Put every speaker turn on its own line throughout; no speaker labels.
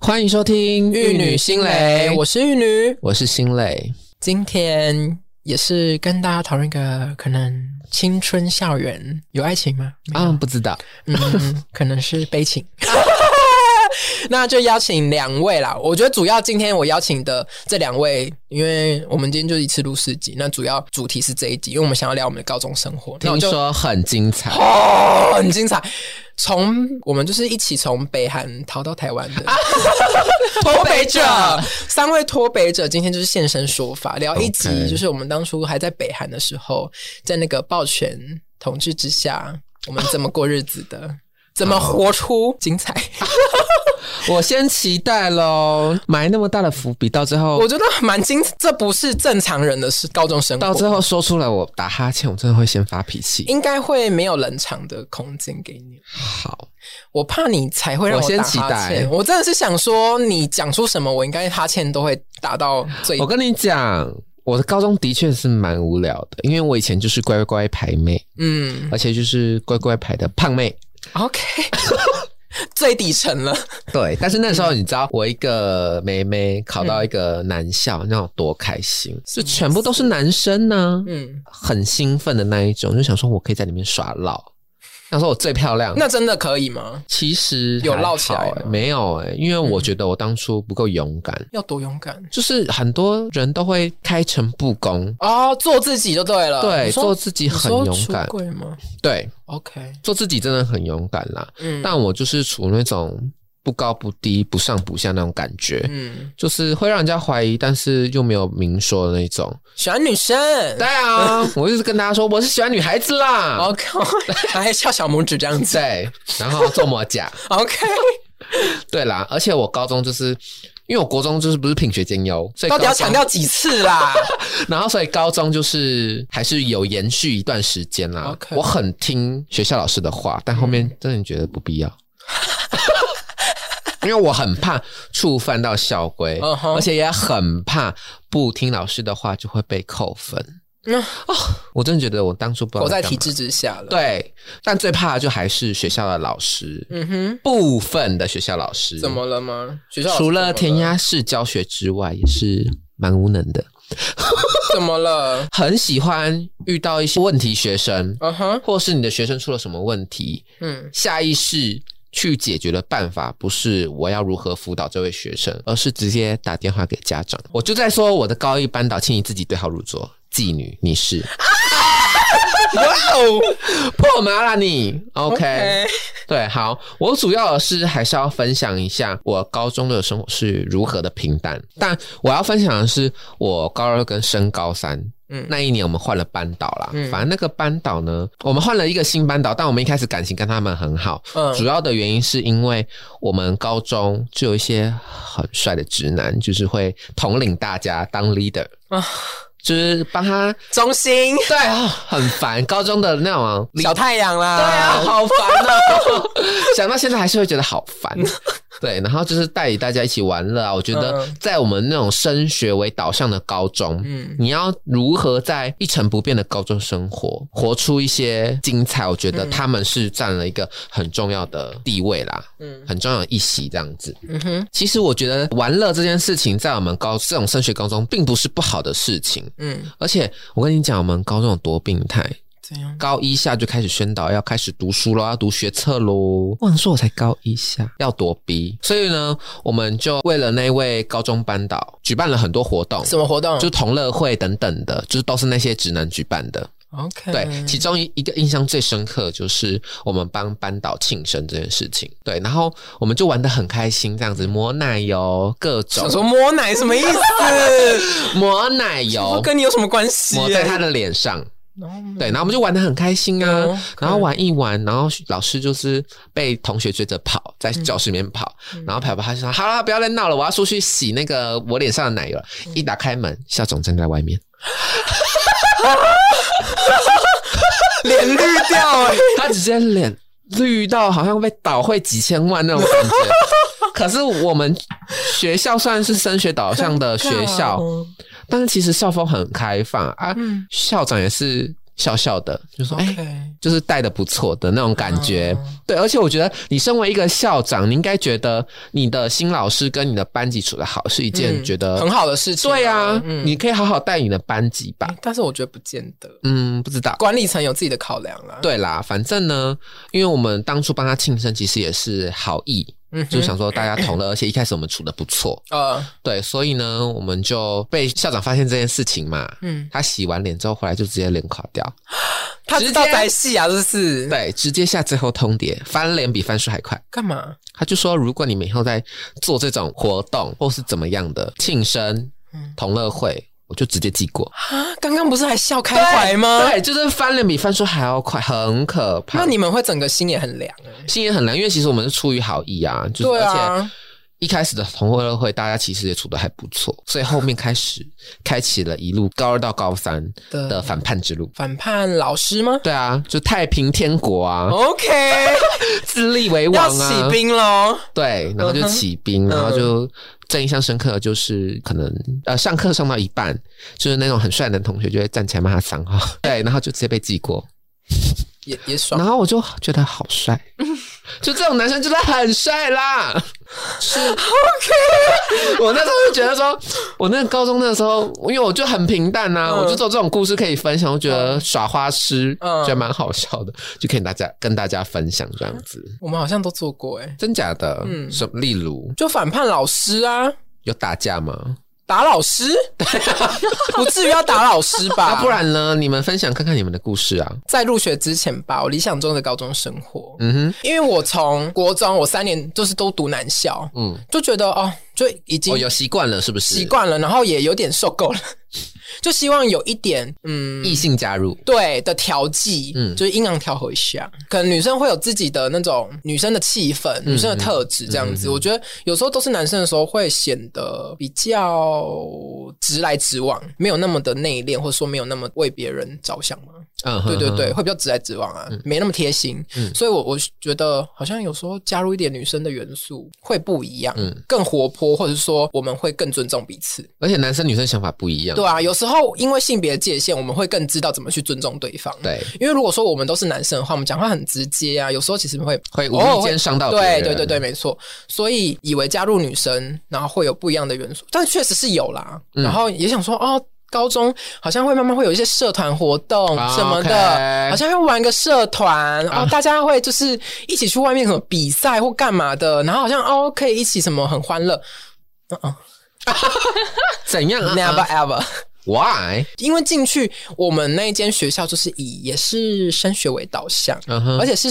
欢迎收听《
玉女心蕾，我是玉女。
我是心蕾。
今天也是跟大家讨论一个可能青春校园有爱情吗？没有
啊，不知道，
嗯，可能是悲情。 那就邀请两位啦。我觉得主要今天我邀请的这两位，因为我们今天就一次录四集，那主要主题是这一集，因为我们想要聊我们的高中生活。那我
听
就
说很精彩
哦，很精彩。从我们就是一起从北韩逃到台湾 的脱北者，三位脱北者今天就是现身说法，聊一集
OK
就是我们当初还在北韩的时候，在那个暴权统治之下，我们怎么过日子 的，怎么活出精彩。
我先期待喽，埋那么大的伏笔，到最后
我觉得蛮精，这不是正常人的是高中生活，
到最后说出来，我打哈欠，我真的会先发脾气。
应该会没有冷场的空间给你。
好，
我怕你才会让
我先
打哈
期待
欠。我真的是想说，你讲出什么，我应该哈欠都会打到最
我。跟你讲，我的高中的确是蛮无聊的，因为我以前就是乖乖牌妹，
嗯
而且就是乖乖牌的胖妹。
，OK，最底层了。
对，但是那时候你知道，我一个妹妹考到一个男校，那有多开心，就全部都是男生呢、
嗯，
很兴奋的那一种，就想说我可以在里面耍闹，想说我最漂亮。
那真的可以吗？
其实
有
还
落起来
好欸
吗
没有、欸？因为我觉得我当初不够勇敢，
要多勇敢
就是很多人都会开诚布公，
哦，做自己就对了。
对，
你说
做自己
你
很
说
勇敢
出，柜吗
对，
？OK，
做自己真的很勇敢啦。
嗯，
但我就是处那种不高不低、不上不下那种感觉，
嗯，
就是会让人家怀疑，但是又没有明说的那种。
喜欢女生。
对啊，我就是跟大家说我是喜欢女孩子啦。
OK，还翘小拇指这 样子。
对，然后做模甲，
OK，
对啦，而且我高中就是，因为我国中就是不是品学兼优，所以
到底要
高中
强，调几次啦？
然后所以高中就是还是有延续一段时间啦。
OK
我很听学校老师的话，但后面真的觉得不必 要，因为我很怕触犯到校规
嗯哼
而且也很怕不听老师的话就会被扣分。哦
嗯
我真的觉得我当初不知道
活在
干
体
嘛
制之下了。，
对，但最怕的就还是学校的老师，
嗯哼，
部分的学校老师
怎么了吗？学校老师
除了
怎
填
么了
鸭式教学之外，也是蛮无能的。
怎么了？
很喜欢遇到一些问题学生，
嗯哼，
或是你的学生出了什么问题，
嗯
下意识去解决的办法不是我要如何辅导这位学生，而是直接打电话给家长。我就在说我的高一班导，请你自己对号入座。妓女，你是
哇哦
破麻啦你，OK，
，OK，
对，好，我主要的是还是要分享一下我高中的生活是如何的平淡，但我要分享的是我高二跟升高三。
嗯
那一年我们换了班导啦，
嗯
反正那个班导呢，我们换了一个新班导，但我们一开始感情跟他们很好，
嗯
主要的原因是因为我们高中就有一些很帅的直男，就是会统领大家当 leader，
啊
就是帮他，
中心
对啊，很烦，高中的那种啊
小太阳啦，
对啊，，好烦哦！想到现在还是会觉得好烦。对，然后就是带领大家一起玩乐啊。我觉得
嗯
在我们那种升学为导向的高中，
嗯
你要如何在一成不变的高中生活活出一些精彩？我觉
嗯
得他们是占了一个很重要的地位啦，
嗯
很重要的一席这样子。
嗯哼，
其实我觉得玩乐这件事情，在我们高这种升学高中并不是不好的事情。
嗯，
而且我跟你讲，我们高中有多病态，
怎样？
高一下就开始宣导要开始读书喽，要读学测喽。我想说，我才高一下，要多逼。所以呢，我们就为了那位高中班导，举办了很多活动，
什么活动？
就同乐会等等的，就是都是那些直男举办的。
OK，
对，其中一一个印象最深刻就是我们帮班导庆生这件事情。对，然后我们就玩的很开心，这样子抹奶油，各种
想说摸奶什么意思？
抹奶
我
油，
跟你有什么关系？
抹在他的脸上。
No，
对，然后我们就玩的很开心啊，
嗯
然后玩一玩，然后老师就是被同学追着跑，在教室里面跑，
嗯
然后跑跑跑，他就说：“好了，不要再闹了，我要出去洗那个我脸上的奶油了。”
嗯
一打开门，校长站在外面，
脸绿掉哎，
他直接脸绿到好像被倒汇几千万那种感 觉。可是我们学校算是升学导
哦
向的学校，但是其实校风很开放啊，校长也是笑笑的，就说哎。
嗯 OK，
就是带的不错的那种感觉，
哦
对，而且我觉得你身为一个校长，你应该觉得你的新老师跟你的班级处的好是一件
嗯
觉得、
很好的事情。
对啊，
嗯，
你可以好好带你的班级吧。
哎但是我觉得不见得，
嗯，不知道。
管理层有自己的考量啊啦。，
对啦，反正呢，因为我们当初帮他庆生，其实也是好意，
嗯哼
就想说大家同乐，而且一开始我们处的不错，
呃，
对，所以呢，我们就被校长发现这件事情嘛。
嗯，
他洗完脸之后回来就直接脸垮掉，
他
直
知道
接
宅系啊，这是
对，直接下最后通牒，翻脸比翻书还快。
干嘛？
他就说，如果你们以后在做这种活动或是怎么样的庆生
嗯、
同乐会，我就直接记过。
啊，刚刚不是还笑开怀吗？
对，就是翻脸比翻书还要快，很可怕。
啊那你们会整个心也很凉欸
心也很凉，因为其实我们是出于好意啊，就是
对
而且
啊，
一开始的同乐会，大家其实也处的还不错，所以后面开始开启了一路高二到高三
对
的反叛之路。
反叛老师吗
对啊，就太平天国啊，
？OK，
自立为
要
王
起
啊，
兵喽。
对，然后就起
嗯
兵，然后就最印象深刻的就是可能呃上课上到一半，就是那种很帅的同学就会站起来骂他脏话， 对，然后就直接被记过，
也也爽
然后我就觉得好 帅，就这种男生真的很帅啦。是
啊
OK，我那时候就觉得说，我那个高中那时候，因为我就很平淡呐、
嗯
我就做这种故事可以分享，我觉得耍花痴，
嗯
觉得蛮好笑的，就可以大家跟大家分享这样子，
我们好像都做过哎、
真假的？
嗯
嗯，什么？例如
就反叛老师啊，
有打架吗？
打 老师，不至于要打老师吧？
啊，不然呢？你们分享看看你们的故事啊。
在入学之前吧，我理想中的高中生活，
嗯哼，
因为我从国中我三年就是都读男校，
嗯，
就觉得哦，就已经
哦，有习惯了是不是？
习惯了，然后也有点受够了， 就希望有一点嗯。
异性加入，
对的调剂，
嗯
就是阴阳调和一下。可能女生会有自己的那种女生的气氛、女
嗯
生的特质这样子。我觉得有时候都是男生的时候，会显得比较直来直往，没有那么的内敛，或者说没有那么为别人着想嘛。
嗯，
对对
哼
对，，会比较直来直往啊，没那么贴心。所以我我觉得好像有时候加入一点女生的元素会不一样，
嗯
更活泼，或者是说我们会更尊重彼此。
而且男生女生想法不一样，
对啊，有时候因为性别的界限，我们会更知道怎么去尊重对方。。
对，
因为如果说我们都是男生的话，我们讲话很直接啊，有时候其实会
会无
偶尔
意
会
间伤到别
对
人，
对对对，没错。所以以为加入女生，然后会有不一样的元素，但确实是有啦。
嗯
然后也想说，哦，高中好像会慢慢会有一些社团活动
啊
什么的，
OK 啊
好像会玩个社团，哦，大家会就是一起去外面什么比赛或干嘛的，然后好像哦可以一起什么很欢乐
怎样啊
，never ever。
？Why？
因为进去我们那一间学校就是以也是升学为导向，
嗯哼，
而且是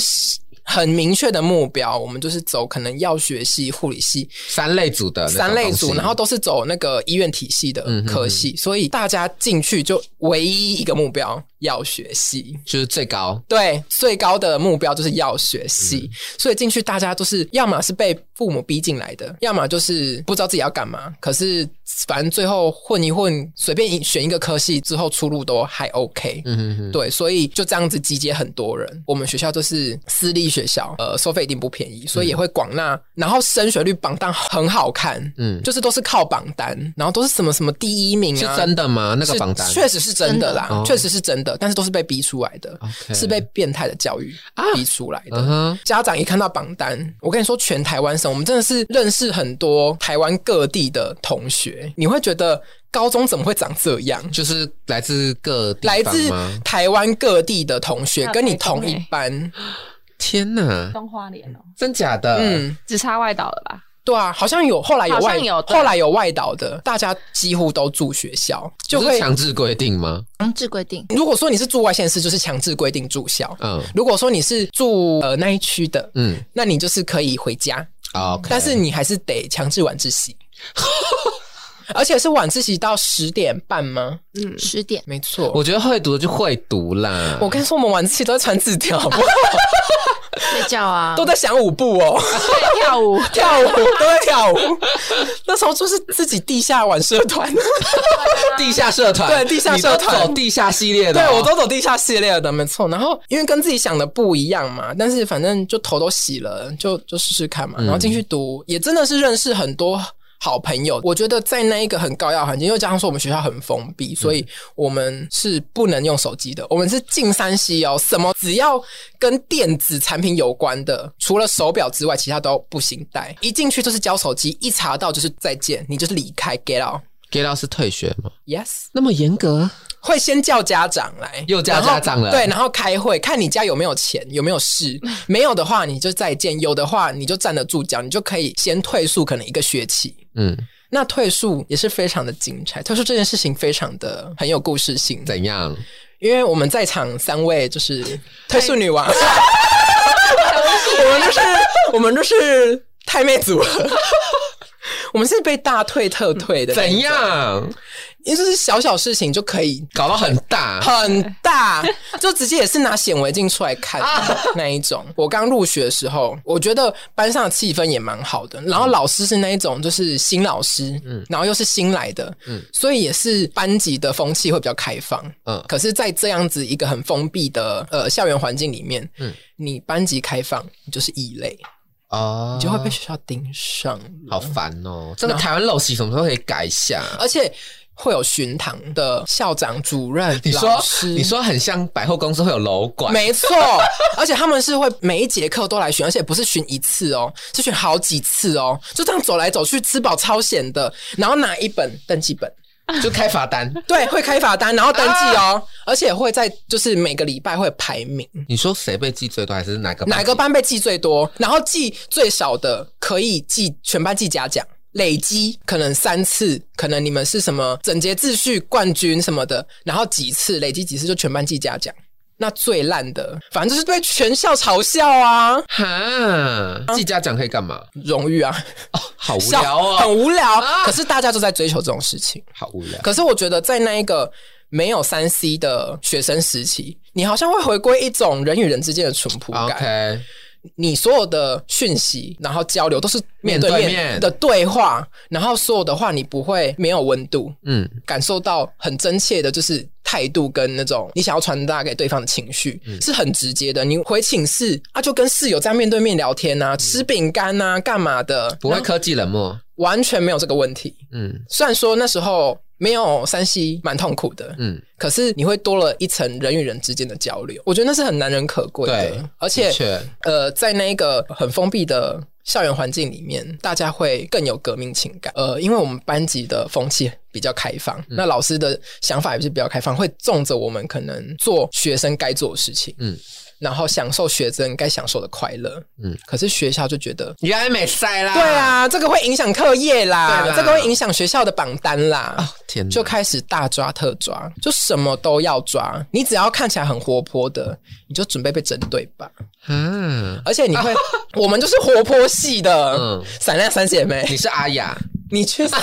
很明确的目标，我们就是走可能药学系、护理系
三类组的那种
三类
东
组，
西嗯
然后都是走那个医院体系的科系，所以大家进去就唯一一个目标药学系。
就是最高，
对，最高的目标就是药学系，
嗯
所以进去大家都是要么是被父母逼进来的，要么就是不知道自己要干嘛。可是反正最后混一混，随便选一个科系之后出路都还 OK。
嗯哼哼，
对，所以就这样子集结很多人。我们学校就是私立学校，呃，收费一定不便宜，
嗯
所以也会广纳。然后升学率榜单很好看，嗯，就是都是靠榜单，然后都是什么什么第一名
是
啊，
真的吗？那个
是
榜单
确实是真的啦
真的哦，
确实是真的，但是都是被逼出来的
OK
是被变态的教育逼出来的。
嗯哼，
家长一看到榜单，我跟你说，全台湾省，我们真的是认识很多台湾各地的同学，你会觉得高中怎么会长这样？
就是来自各地
来
方
自
吗
台湾各地的同学
还，有
跟你
台东
同一
欸
班，
天哪，
东花 莲哦，
真假的？嗯，
嗯，
只差外岛了吧？
对啊，好像有后来有
好
外
像有对
后来有外岛的，大家几乎都住学校，就
不是
会
强制规定吗？
嗯
强制规定，
如果说你是住外县市，就是强制规定住校；
嗯
如果说你是住呃那一区的，
嗯
那你就是可以回家，
，OK，
但是你还是得强制晚 自习。而且是晚自习到十点半吗？
嗯，十点，
没错，
我觉得会读的就会读啦，
我跟你说，我们晚自习都在传纸条，好不好
睡觉啊，
都在想舞步哦。
在 跳舞，
跳舞，都在跳舞。那时候就是自己地下玩社团，
地下社团，
对地下社团
你都走地下系列的
对
哦、
我都走地下系列的，没错。然后因为跟自己想的不一样嘛，但是反正就头都洗了，就就试试看嘛。然后进去读，也真的是认识很多。好朋友。我觉得在那一个很高压的环境，又加上说我们学校很封闭，所以我们是不能用手机的，我们是进山西哦，什么只要跟电子产品有关的，除了手表之外，其他都不行带。一进去就是交手机，一查到就是再见，你就是离开，get out。
，get out 是退学吗？
Yes，
那么严格？
会先叫家长来，
又叫
然后
家长了
对，然后开会，看你家有没有钱，有没有事。没有的话，你就再见；有的话，你就站得住脚，你就可以先退宿，可能一个学期。
嗯，
那退宿也是非常的精彩，退宿这件事情非常的很有故事性，
怎样？
因为我们在场三位就是退宿女王，我们就是 我们就是太妹组合，我们是被大退特退的，
怎？样？
因为就是小小事情就可以
搞到很大，
很大，就直接也是拿显微镜出来看的那一种。我刚入学的时候，我觉得班上的气氛也蛮好的，然后老师是那一种就是新老师，嗯，然后又是新来的，嗯，所以也是班级的风气会比较开放，
嗯
可是，在这样子一个很封闭的呃校园环境里面，嗯，你班级开放，你就是异类，
哦，
你就会被学校盯上，
好烦哦。这个台湾陋习什么时候可以改一下？
而且会有巡堂的校长、主任、
你
老
说，
师
你说很像百货公司会有楼管，
没错，而且他们是会每一节课都来巡，而且不是巡一次哦，是巡好几次哦，就这样走来走去，吃饱超闲的，然后拿一本登记本，
就开罚单。
对，会开罚单，然后登记哦，而且会在就是每个礼拜会排名。
你说谁被记最多，还是哪个班
哪个班被记最多，然后记最少的可以记全班记嘉奖，累积可能三次，可能你们是什么整洁秩序冠军什么的，然后几次累积几次就全班记嘉奖。那最烂的，反正就是被全校嘲笑啊，
哈，记家长可以干嘛？
荣誉啊，
好无聊
笑
哦，
很无聊。可是大家都在追求这种事情。
好无聊。
可是我觉得在那一个没有三 C 的学生时期，你好像会回归一种人与人之间的淳朴感。
啊 OK，
你所有的讯息，然后交流都是面对
面对面
面的对话，然后所有的话你不会没有温度，
嗯，
感受到很真切的，就是态度跟那种你想要传达给对方的情绪、
嗯
是很直接的。你回寝室啊，就跟室友这样面对面聊天啊，吃饼干啊，干嘛的，
不会科技冷漠，
完全没有这个问题。
嗯
虽然说那时候没有山西，蛮痛苦的，
嗯，
可是你会多了一层人与人之间的交流，我觉得那是很难能可贵
对
的，而且
的确
呃，在那一个很封闭的校园环境里面，大家会更有革命情感。呃，因为我们班级的风气比较开放，
嗯
那老师的想法也是比较开放，会纵着我们可能做学生该做的事情，
嗯
嗯，然后享受学生该享受的快乐，
嗯
嗯。可是学校就觉得。
原来美赛啦。
对，啊，这个会影响课业啦，
对啦哦
这个会影响学校的榜单啦。
天哪
就开始大抓特抓，就什么都要抓。你只要看起来很活泼的，你就准备被针对吧。
啊，
而且你会， 我们就是活泼系的
嗯，
闪亮三姐妹，
你是阿 雅，
你去死！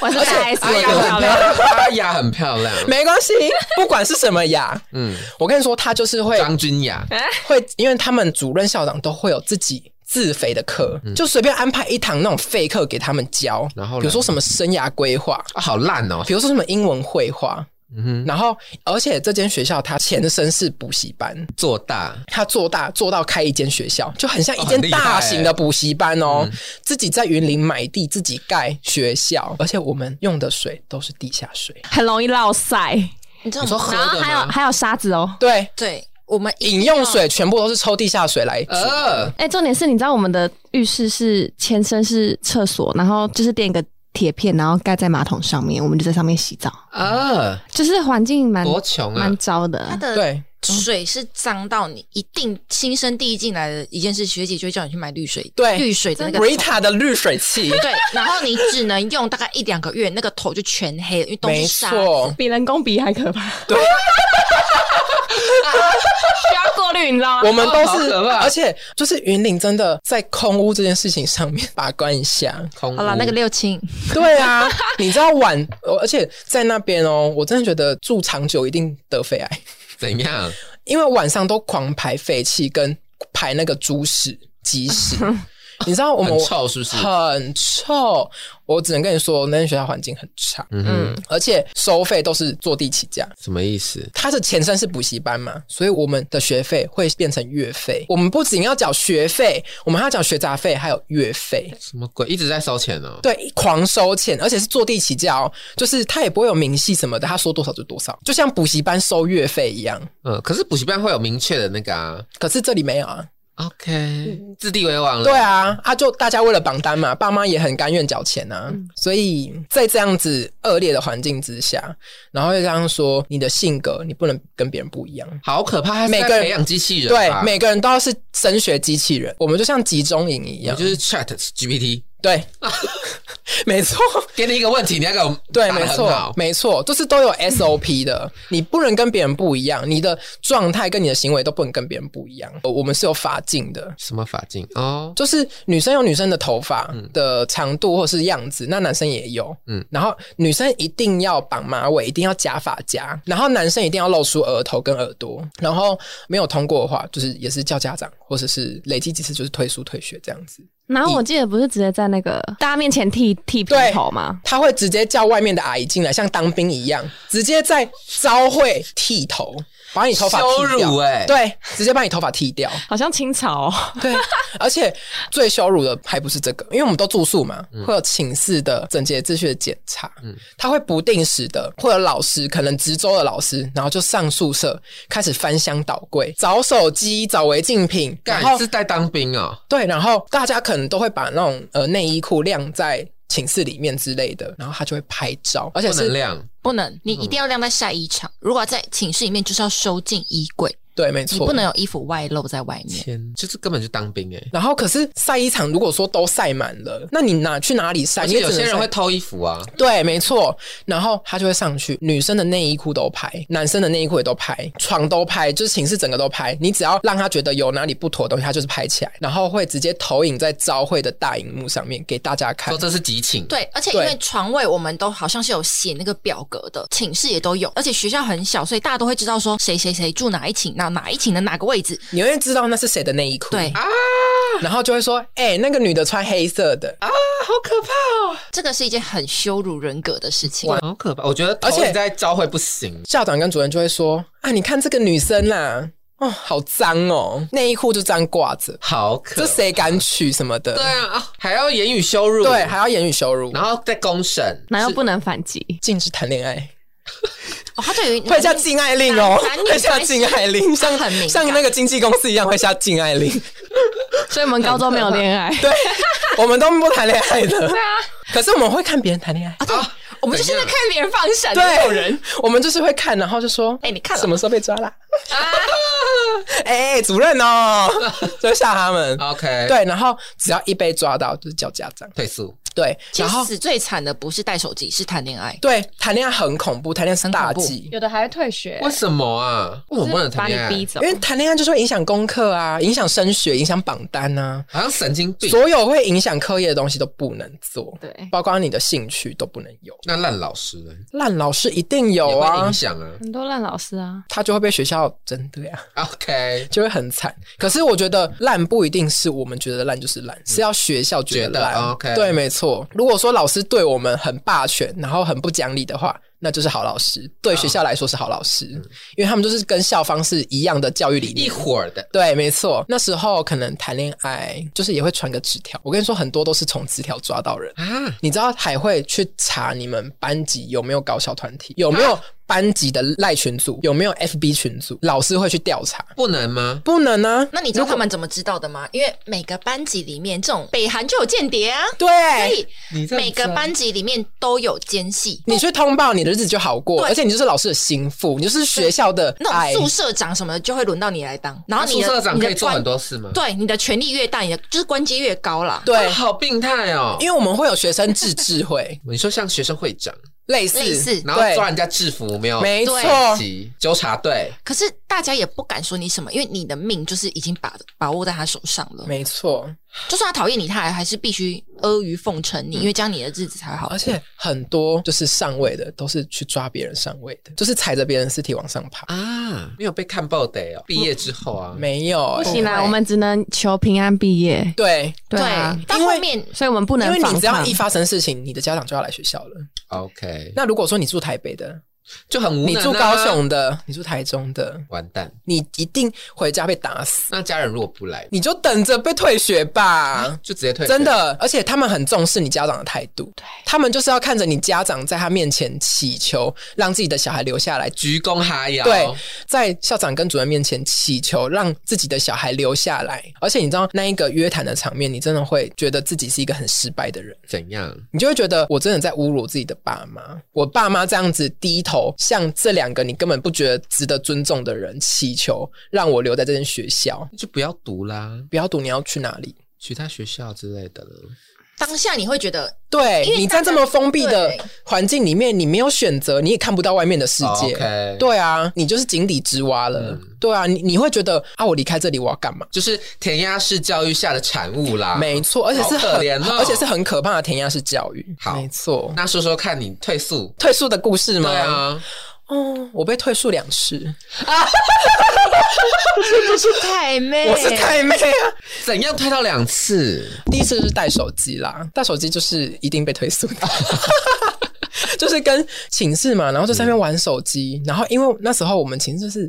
我是在 S
阿
哎
我
雅很漂
更漂亮。
亮，阿雅很漂亮，
没关系，不管是什么呀，
嗯，
我跟你说，他就是会
张君雅，
会，因为他们主任校长都会有自己。自肥的课就随便安排一堂那种废课给他们教，
嗯然后呢
比如说什么生涯规划，
啊好烂哦，
比如说什么英文绘画，
嗯哼，
然后而且这间学校它前身是补习班，
做大，
他做大做到开一间学校，就很像一
哦很
间
厉害嗯
大型的补习班哦。自己在云林买地，自己盖学校，而且我们用的水都是地下水。
很容易落晒。
你知道
你说喝
吗？
的
然后还有
吗
还有沙子哦。
对，
对，我们一定
饮
要
用水全部都是抽地下水来煮。
呃，
哎、重点是，你知道我们的浴室是前身是厕所，然后就是垫一个铁片，然后盖在马桶上面，我们就在上面洗澡，
啊，
就是环境蛮
多穷啊
蛮！糟的。
它的
对，
水是脏到你一定新生第一进来的一件事，学姐就会叫你去买滤水，
对
滤水的那个头。
Rita 的滤水器，
对，然后你只能用大概一两个月，那个头就全黑了，因为都是
没
沙。
错，
比人工比还可怕。对，需要过滤，你知道吗？
我们都
哦好
是，
可怕
而且就是云林真的在空屋这件事情上面 把关一下。
空
好了，
屋
那个六亲，
对啊， 你知道晚，呃而且在那边哦，我真的觉得住长久一定得肺癌。
怎样？
因为晚上都狂排废气跟排那个猪屎、鸡屎，你知道我们
很臭是不是
很臭，我只能跟你说，那间学校环境很差，
嗯哼，
而且收费都是坐地起价。
什么意思？
它的前身是补习班嘛，所以我们的学费会变成月费。我们不仅要缴学费，我们还要缴学杂费，还有月费。
什么鬼？一直在收钱哦呢、
对，狂收钱，而且是坐地起价哦，就是他也不会有明细什么的，他说多少就多少，就像补习班收月费一样。
嗯，可是补习班会有明确的那个啊。
可是这里没有啊，
OK，自立为王了。
嗯对，啊，啊就大家为了榜单嘛，爸妈也很甘愿缴钱啊，
嗯
所以在这样子恶劣的环境之下，然后又这样说你的性格，你不能跟别人不一样。
好可怕！他是在
每个人
培养机器人
对
吧，
每个人都要是升学机器人，我们就像集中营一
你
样，
就是 Chat GPT，
对， 没错，
给你一个问题，你要给我答
对，
得
没
很
错
好，
没错，就是都有 SOP 的，你不能跟别人不一样，你的状态跟你的行为都不能跟别人不一样。呃我们是有法镜的，
什么法镜哦？
就是女生有女生的头发的长度或是样子，那男生也有，
嗯
嗯，然后女生一定要绑马尾，一定要夹发夹，然后男生一定要露出额头跟耳朵，然后没有通过的话，就是也是叫家长或者是累积几次就是退书退学这样子。
然后我记得不是直接在那个大家面前剃剃平
对
头吗？
他会直接叫外面的阿姨进来，像当兵一样，直接在招会剃头，把你头发
羞
剃掉
辱哎
对，直接把你头发 剃掉。
好像清朝、哦，
对，而且最羞辱的还不是这个，因为我们都住宿嘛，
嗯
会有寝室的整洁秩序的检查，他会不定时的会有老师，可能值周的老师，然后就上宿舍开始翻箱倒柜，找手机，找违禁品，然
干
后
是在当兵哦？
对，然后大家可能都会把那种呃内衣裤晾在寝室里面之类的，然后他就会拍照，而且
不
是
能亮，
不能，你一定要晾在晒衣场。如果在寝室里面，就是要收进衣柜，
对，嗯没
你
错，
不能。有衣服外露在外面。
天，就是根本就当兵哎、
然后可是晒衣场如果说都晒满了，那你哪去哪里晒？
而
你
且
啊也
有
只能
些人
晒
会偷衣服啊，
对，没错。然后他就会上去，女生的内衣裤都拍，男生的内衣裤也都拍，床都拍，就是寝室整个都拍。你只要让他觉得有哪里不妥的东西，他就是拍起来，然后会直接投影在招会的大荧幕上面给大家看
说。这是集寝。
对，而且因为
啊对
床位我们都好像是有写那个表格的，寝室也都有，而且学校很小，所以大家都会知道说谁谁谁住哪一寝，那哪一寝的哪个位置。
你会知道那是谁的内衣裤，
对，，
然后就会说，哎、那个女的穿黑色的，
这个是一件很羞辱人格的事情。
好可怕！我觉得
而
而
且
且在招会不行，
校长跟主任就会说：“啊，你看这个女生啦、哦，好脏哦，内衣裤就这样挂着，
好可
这谁敢取什么的？
对啊啊，还要言语羞辱，
对，还要言语羞辱，
然后再公审，
然后不能反击。
禁止谈恋爱，
哦，他 对于
会下禁爱令哦
男女，
会下禁爱令，像
很敏感
像那个经纪公司一样会下禁爱令。
所以我们高中没有 恋爱，
对，我们都不谈恋爱的，对啊，可是我们会看别人谈恋爱。
啊我们就是在看别人放闪，
对，人，我们就是会看，然后就说：“
哎你看了啊
什么时候被抓啦？” 哎、主任哦，就吓他们。
OK，，
对，然后只要一被抓到，就是叫家长。
退宿。
对，
其
然
实
后
死最惨的不是带手机，是谈恋爱。
对谈恋爱很恐怖，谈恋爱是大忌，
有的还会退学
为什么啊？为什么不能
把
谈
你
恋
逼
爱？
走
因。为谈恋爱就是会影响功课啊，影响升学，影响榜单啊，
好像神经病。
所有会影响课业的东西都不能做，
对，
包括你的兴趣都不能有。
那烂老师呢？
烂老师一定有
也会
啊
影，响啊。
很多烂老师啊，
他就会被学校针对啊，
OK，
就会很惨。可是我觉得烂不一定是我们觉得烂就是烂，是要学校
嗯
觉
觉得哦
得烂。
OK
对，没错。如果说老师对我们很霸权，然后很不讲理的话。那就是好老师，对学校来说是好老师，因为他们就是跟校方是一样的教育理
嗯
念
一。伙儿的。
对，没错，那时候可能谈恋爱就是也会传个纸条。我跟你说，很多都是从纸条抓到人。
啊，
你知道还会去查你们班级有没有搞小团体，有没
啊
有班级的赖群组，有没有 FB 群组，老师会去调查。
不能吗？
不能啊，
那你知道他们怎么知道的吗？因为每个班级里面，这种北韩就有间谍啊，所
对
以
你哎这样啊
每个班级里面都有奸细。
你去通报，你的日子就好过，
对
而且你就是老师的心腹，你就是学校的
那
爱
种。宿舍长什么的就会轮到你来当，然后
哎那
你
宿
的
舍长
你的
可以做
官
很多事吗？
对，你的权力越大，你的就是官阶越高啦。
对
啊，好病态哦。
因为我们会有学生自治会，
你说像学生会长，
类似，
类似
然后
对
抓人家制服没有？
没
对
错，
级纠察队，
可是大家也不敢说你什么，因为你的命就是已经把把握在他手上了。
没错，
就算他讨厌你，他还还是必须阿谀奉承你，因为这样你的日子才会好过。
而且很多就是上位的都是去抓别人上位的，就是踩着别人尸体往上爬。
啊，没有被看爆的哦。毕业之后啊，
没有、
不
欸，
行啦，
不会
我们只能求平安毕业。
对，
对啊，
到
因为
后面
所以我们不
因
能
为
反
你只要
抗
一。发生事情，你的家长就要来学校了。
OK，
那如果说你住台北的，
就很无能、啊
你住高，雄的，你住台中的，
完蛋。
你一定回家被打死，
那家人如果不来，
你就等着被退学吧。
就直接退学。
真的，而且他们很重视你家长的态度，他们就是要看着你家长在他面前祈求，让自己的小孩留下来，
鞠躬哈腰，
对，在校长跟主任面前祈求让自己的小孩留下来，而且你知道那一个约谈的场面，你真的会觉得自己是一个很失败的人，
怎样？
你就会觉得我真的在侮辱自己的爸妈，我爸妈这样子低头向这两个你根本不觉得值得尊重的人祈求，让我留在这间学校，
那就不要读啦，
不要读你要去哪里。
其他学校之类的了。
当下你会觉得
对
因为
你
大
在
家
这么封闭的
对
环境里面，你没有选择，你也看不到外面的世
哦
界。
OK，，
对啊，你就是井底之蛙了。
嗯
对啊，你你会觉得啊，我离开这里我要干嘛？
就是填鸭式教育下的产物啦。
没错，而且是
啊好可怜
很，
哦
而且是很可怕的填鸭式教育。
好
没错。
那说说看你退宿。
退宿的故事吗？
对，啊，
哦，我被退宿两次，
不是太
哎
妹
我是太妹啊。
怎样退到两次？
第一次就是带手机啦，带手机就是一定被退宿的。 就是跟寝室嘛，然后就在那边玩手机，然后因为那时候我们寝室是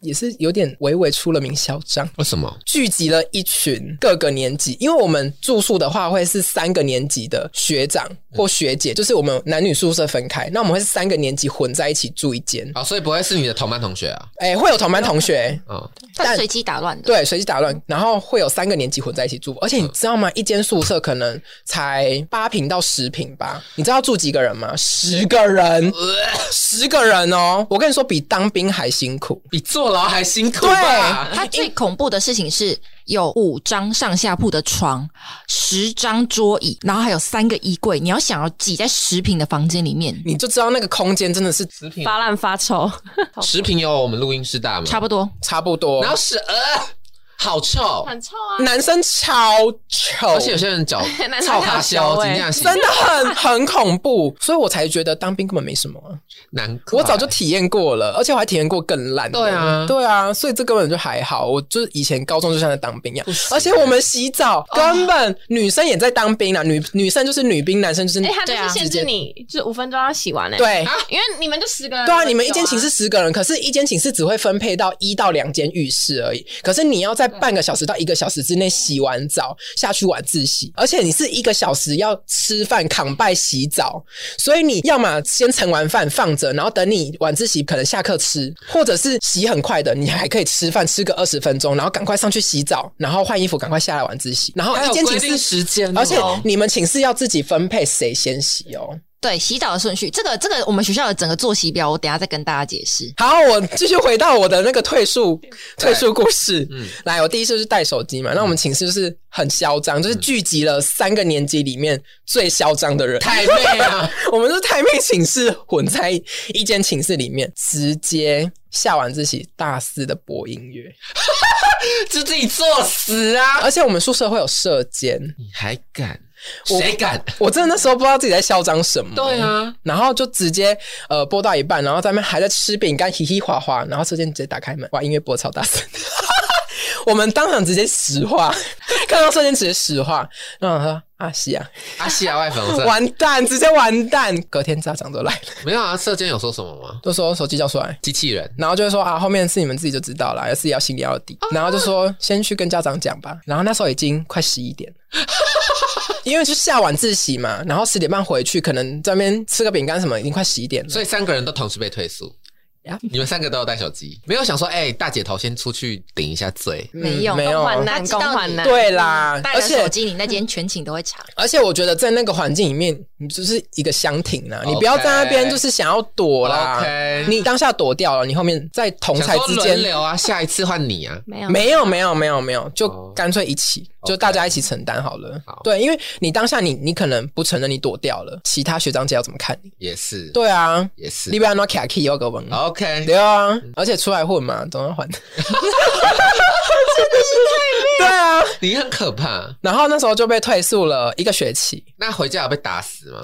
也是有点微微出了名嚣张，
为什么？
聚集了一群各个年级，因为我们住宿的话会是三个年级的学长或学姐，就是我们男女宿舍分开，那我们会是三个年级混在一起住一间，
哦，所以不会是你的同班同学啊？
哎、会有同班同学。
哦，
他
但
随机打乱的，
对，随机打乱，然后会有三个年级混在一起住，而
嗯
且你知道吗？一间宿舍可能才八平到十平吧，你知道住几个人吗？十个人，
呃
十个人哦！我跟你说，比当兵还辛苦。
比坐牢还辛苦
对
吧？
他最恐怖的事情是有五张上下铺的床，十张桌椅，然后还有三个衣柜。你要想要挤在十平的房间里面，
你就知道那个空间真的是
食品
发烂发臭，
食品有我们录音室大吗？
差不多。
差不多
然，后是呃，好臭，
很臭啊！
男生超丑，
而且有些人脚
男生
臭
还
卡
有脚
消，
味
怎样？
真的很很恐怖，所以我才觉得当兵根本没什么啊、
难欸怪，
我早就体验过了，而且我还体验过更烂的。
对啊
对啊，所以这根本就还好。我就是以前高中就像在当兵一样
不行，哦
而且我们洗澡根本女生也在当兵啦，女女生就是女兵，男生就是
哎、他就
对啊
是限制你，就五分钟要洗完哎、
嗯对
因为你们就十个人、
对啊，你们一间寝室，十个人，可是一间寝室只会分配到一到两间浴室而已。可是你要在半个小时到一个小时之内洗完澡下去晚自习，而且你是一个小时要吃饭、扛拜、洗澡，所以你要么先盛完饭放着，然后等你晚自习可能下课吃，或者是洗很快的，你还可以吃饭吃个二十分钟，然后赶快上去洗澡，然后换衣服赶快下来晚自习，然后
还有
一间
规
寝
定
室。
时间哦，
而且你们寝室要自己分配谁先洗哦。
对，洗澡的顺序，这个这个我们学校的整个作息表，我等一下再跟大家解释。
好，我继续回到我的那个退宿
对
退宿故事。
嗯
来，我第一次是带手机嘛，那我们寝室就是很嚣张，
嗯
就是聚集了三个年级里面最嚣张的人，太妹啊！ 我们是太妹寝室混在一间寝室里面，直接下晚自习大肆的播音乐，
就自己作死 啊！
而且我们宿舍会有射间，
你还敢？
我
谁敢？
我真的那时候不知道自己在嚣张什么。
对啊，
然后就直接呃播到一半，然后咱们还在吃饼干，嘻嘻哈哈，然后车间直接打开门，哇，音乐播超大声， 我们当场直接石化， 看到车间直接石化，然后我说啊是啊，
阿西亚外粉
啊
红色
完蛋，直接完蛋，隔天家长都来了，
没有啊？射箭有说什么吗？
都说手机交出来。
机器人
然后就会说啊，后面的事你们自己就知道了，自己要心里要有底。
哦
然后就说先去跟家长讲吧。然后那时候已经快十一 点了，因为是下晚自习嘛，然后十点半回去，可能在那边吃个饼干什么，已经快十一点了。
所以三个人都同时被退宿
呀。
你们三个都有带手机，没有想说，哎、大姐头先出去顶一下罪，
没有
嗯没有啊
共患
他
难，
知
共
道
患
你
难。
对
嗯
啦，
带
而
了
且
手机，你那间全寝都会查。
而且我觉得在那个环境里面，你就是一个箱庭啦，你不要在那边就是想要躲啦
OK
你当下躲掉了，你后面在同
想
才
说
之
轮
间
流啊，下一次换你啊。
没有
没有没有没有没有，就
哦
干脆一起。就大家一起承担好了。
好
对，因为你当下你你可能不承认你躲掉了，其他学长姐要怎么看你？
也是，
对啊，
也是哦嗯
你。不要拿卡 key 要个文。
OK，
对啊，而且出来混嘛，总 要还。真的是太 对啊，
你很可怕。
然后那时候就被退宿了一个学期，
那回家有被打死吗？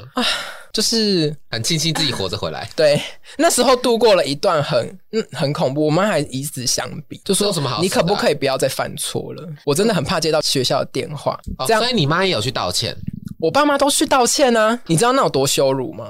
就是
很庆幸自己活着回来。
对，那时候度过了一段很嗯很恐怖，我们还以死相逼，就
这
说
有什么好
你
死的啊
可不可以不要再犯错了？我真的很怕接到学校的电话，
哦、
这样
所以你妈也有去道歉，
我爸妈都去道歉啊，你知道那有多羞辱吗？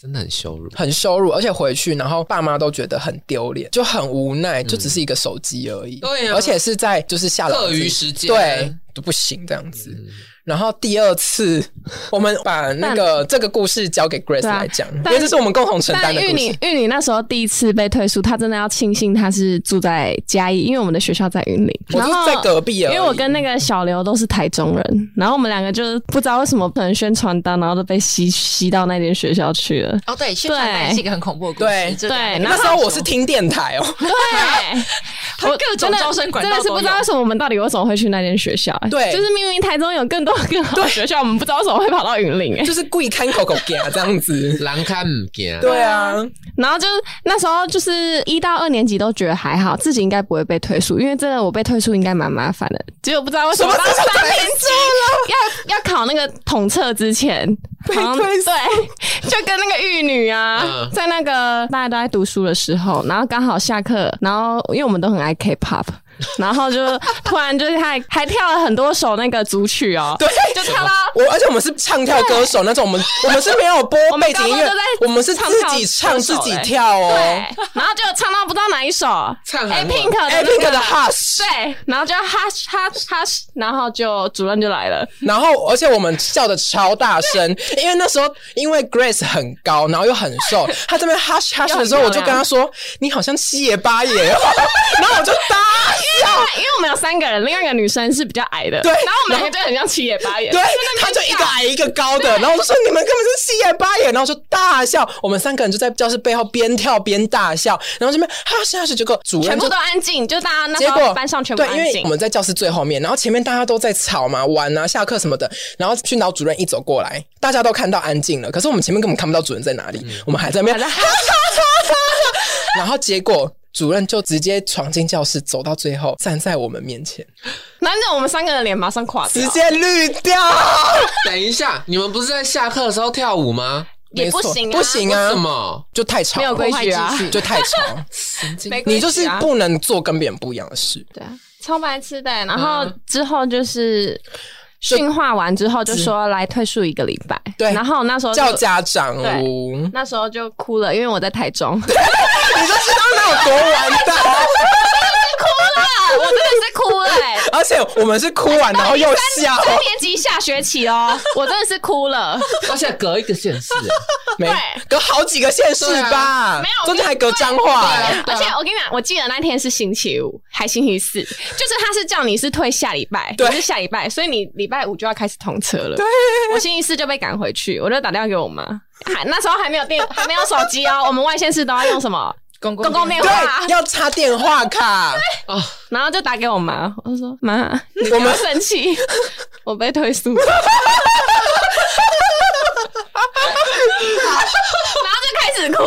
真的很羞辱。
很羞辱，而且回去，然后爸妈都觉得很丢脸，就很无奈，就只是一个手机而已。
对啊
而且是在就是下了
课余时间嗯
对，就不行这样子。然后第二次，我们把那个这个故事交给 Grace
对啊
来讲，因
但
为这是我们共同承担
但
的
玉
故
女
事。
玉女那时候第一次被退宿，她真的要庆幸她是住在嘉义，因为我们的学校在云林，
我
然
就
后
在隔壁而
因
已，
为我跟那个小刘都是台中人，然后我们两个就是不知道为什么可能宣传单，然后都被吸吸到那间学校去 了。
哦，对，宣传单也是一个很恐怖的故
对
事。这
对
两个
然
那
后
时候我是听电台哦，
对，我
各种招生管道
真的是不知道为什么我们到底为什么会去那间学校、哎
对
就是明明台中有更多更好的学校，我们不知道为什么会跑到云林、哎，
就是故意看口口给啊这样 子。
难看唔见，
对啊，
然后就是那时候就是一到二年级都觉得还好，自己应该不会被退宿，因为真的我被退宿应该蛮麻烦的，结果不知道为什
什
么
么
到
时候
三
退
年级要要考那个统测之前，
被
好像
退宿
对，就跟那个玉女啊
嗯，
在那个大家都在读书的时候，然后刚好下课，然后因为我们都很爱 K-pop。然 后就突然就是还还跳了很多首那个组曲哦，
对，啊
就跳到
我而且我们是唱跳歌手那种，我们我们是没有播
我们
背景音乐
高中就在，
我们是自己唱
唱跳歌
自
手
己
欸
跳
对
哦。，
然后就唱到不知道哪一首哎
唱韩文
Pink 的那
A
个
哎 Pink 的 Hush，
对，然后就 hush hush hush，然后就主任就来了，
然后而且我们笑的超大声，因为那时候因为 Grace 很高，然后又很 瘦，她这边 Hush Hush 的时候，我就跟她说：“你好像七爷八爷哦。” 然后我就大笑，
因为我们有三个人，另外一个女生是比较矮的，
对
然后我们两个就很像七眼八眼，
对，她就一个矮一个高的，然后我就说：“你们根本是七爷八爷。”然后我就大笑，我们三个人就在教室背后边跳边大笑，然后这边 Hush Hush 结果主
全
任
部
就
都安静，就大家那
结
时
果
候班上全部
对，因
安
为
静
我。们在教室最后面，然后前面大家都在吵嘛、玩啊、下课什么的，然后训导主任一走过来，大家都看到安静了，可是我们前面根本看不到主任在哪里，我们还在那边，然后结果。主任就直接闯进教室，走到最后站在我们面前，
然后就我们三个人脸马上垮掉
直，接绿掉，
等一下，你们不是在下课的时候跳舞吗？
也不
没错
行啊
不行
为
啊
什，么？
就太吵，
没有规矩啊
破坏秩序就太吵，
没关系啊
你就是不能做跟别人不一样的事。
对啊，超白痴的。然后
嗯
之后就是。训话完之后就说来退宿一个礼拜，
对
然后那时候就
叫家长
对
哦，你
那时候就哭了，因为我在台中，
就知道那有多完 蛋。啊
我真的是哭了、欸，
而且我们是哭完然后又 笑，
三年级下学期哦，我真的是哭了。
而且隔一个县市，
没隔好几个县市吧，
没有
中间还隔脏话、欸。
而且我跟你讲，我记得那天是星期五还星期四，就是他是叫你是退下礼拜，
对
你是下礼拜，所以你礼拜五就要开始通车了。对，我星期四就被赶回去，我就打电话给我妈，还那时候还没有电，还没有手机哦，我们外县市都要用什么
公
公共电话，
对，要插电话
啊
卡，
然后就打给我妈，我就说妈，你
我
不
们
要 生气，我被退宿了。 然后就开始哭，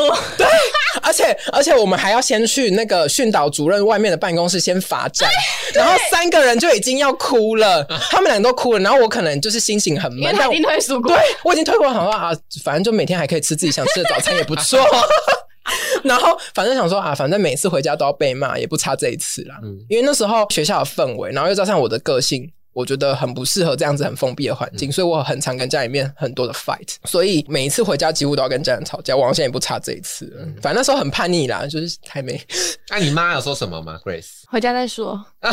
而且而且我们还要先去那个训导主任外面的办公室先罚
哎
站，然后三个人就已经要哭 了，他们两个都哭了，然后我可能就是心情很
因
闷
为，
但
他
我
一定退宿过
对。我已经退过，好像啊，反正就每天还可以吃自己想吃的早餐也不错。然后反正想说啊，反正每次回家都要被骂，也不差这一次啦。因为那时候学校的氛围，然后又加上我的个性。我觉得很不适合这样子很封闭的环境，所以我很常跟家里面很多的 fight，所以每一次回家几乎都要跟家人吵架。我好像也不差这一次了，反正那时候很叛逆啦，就是还没
那你妈有说什么吗？Grace，
回家再说。
对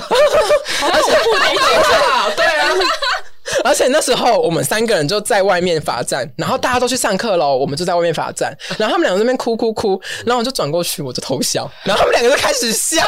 啊，
而且那时候我们三个人就在外面罚站，然后大家都去上课喽，我们就在外面罚站，然后他们两个在那边哭哭哭，然后我就转过去，我就偷笑，然后他们两个就开始笑，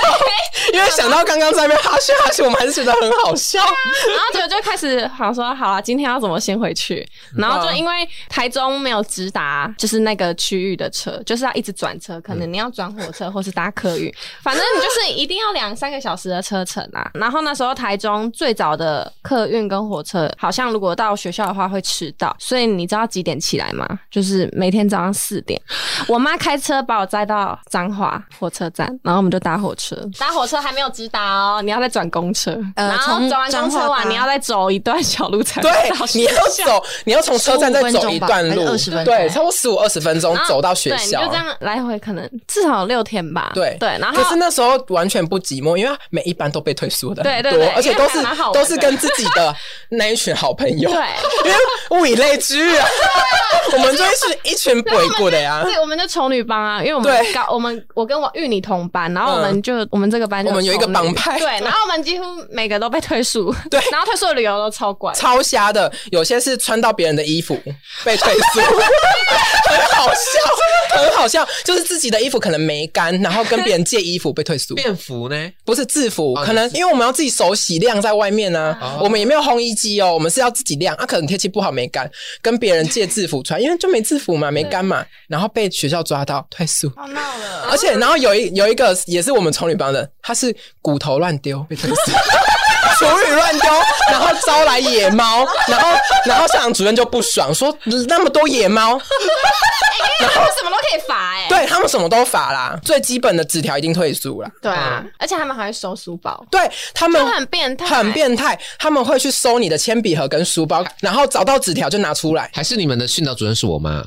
因为想到刚刚在那边哈咻哈咻，我们还是觉得很好 笑。
然后结果就开始好像说好了，今天要怎么先回去？然后就因为台中没有直达，就是那个区域的车，就是要一直转车，可能你要转火车或是搭客运，反正你就是一定要两三个小时的车程啊。然后那时候台中最早的客运跟火车，好像如果到学校的话会迟到，所以你知道几点起来吗？就是每天早上四点，我妈开车把我载到彰化火车站，然后我们就搭火车，搭火车还没有直达哦，你要再转公车，
呃
然后
从
转完公车
彰化搭
完你要。再走一段小路才
对
会到，学
你要
校
走，你要从车站再走一段路，
15分钟吧
对，
还是20分钟
差不多十五二十分钟
然后
走到学
对，
校，
你就这样来回，可能至少有六天吧。
对
对，然后
可是那时候完全不寂寞，因为每一班都被退缩的很
对对
多
对
而且都
因
是
为还蛮好玩的
都是跟自己的那一群好朋友，
对，
因为 物以类聚 啊，我们就是一群鬼过的呀。
对，我们就丑女帮啊，因为我们
对嗯
高，我们我跟我玉女同班，然后我们就、我们这个班就
我们有一个
丑女
帮派
对，然后我们几乎每个都被退宿，
对
然后退宿的理由都超怪，
超瞎的，有些是穿到别人的衣服被退缩，很好笑，很好笑。就是自己的衣服可能没干，然后跟别人借衣服被退 缩，
便服呢？
不是制服，
哦
可能因为我们要自己手洗晾在外面呢、
哦
我们也没有烘衣机哦，我们是要自己晾。啊，可能天气不好没干，跟别人借制服穿，因为就没制服嘛，没干嘛，然后被学校抓到退宿。
好闹了。
而且，然后有一有一个也是我们丑女帮的，他是骨头乱丢被推 死，厨余乱丢，然后招来野 猫，然后然后校长主任就不爽，说嗯那么多野
哎
猫，
然后什么都可以罚
欸
哎、
对他们什么都罚啦，最基本的纸条一定退宿啦。
对啊，而且他们还会收书包，
对他们
就很变态，
很。变态，他们会去收你的铅笔盒跟书包，然后找到纸条就拿出来，
还是你们的训导主任是我妈？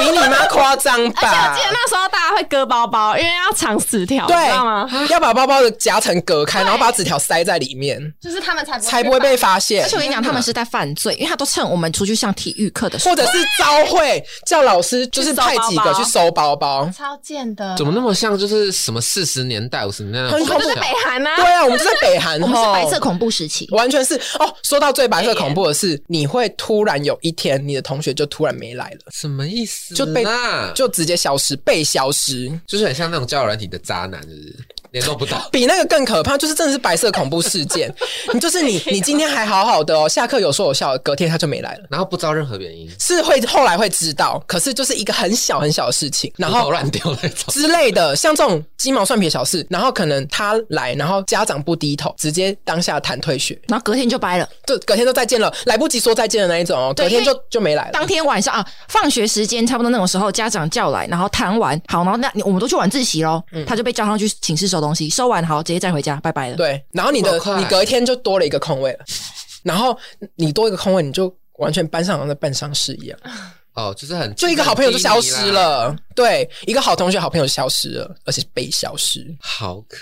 比你妈夸张
而且我
吧
记？得那时候大家会割包包，因为要藏纸条，你知道吗？
对，要把包包的夹层隔开，然后把纸条塞在里面，
就是他们才不
才不会被发现。
而且我跟你讲，啊他们是在犯罪，因为他都趁我们出去上体育课的时候，
或者是招会叫老师，就是派几个去
去
收包包。
超贱的，
怎么那么像就是什么四十年代、五十年代？
很恐怖
就是北韩啊，
对啊，我们就在北韩，
我们是
吼
白色，恐怖时期。
完全是哦。说到最白色恐怖的是，你会突然有一天，你的同学就突然没来了，
什么意思？
就被
那就
就直接消失，被消失。。
就是很像那种交友软体的渣男，是不是？联络不到
比那个更可怕，就是真的是白色恐怖事 件。你就是你，你今天还好好的哦，下课有说有笑的，隔天他就没来了。
然后不知道任何原因，
是会后来会知道，可是就是一个很小很小的事情，然
然
后
后乱丢那种。
之类的，像这种鸡毛蒜皮的小事，然后可能他来，然后家长不低头，直接当下谈退学，
然后隔天就掰了。
就隔天就再见了，来不及说再见的那一种哦，
对
隔天就
因为
就没来了。
当天晚上啊，放学时间差不多那种时候，家长叫来，然后谈完好，然后那我们都去晚自习喽，他就被叫上去寝室收东西，收完好直接再回家，拜拜了。
对，然后你的
这么快
啊
你隔一天就多了一个空位了，然后你多一个空位，你就完全班上好像在办丧事一
啊
样，
哦，就是很
就一个好朋友就消失，了，对，一个好同学、好朋友消失了，而且是被消失。
好可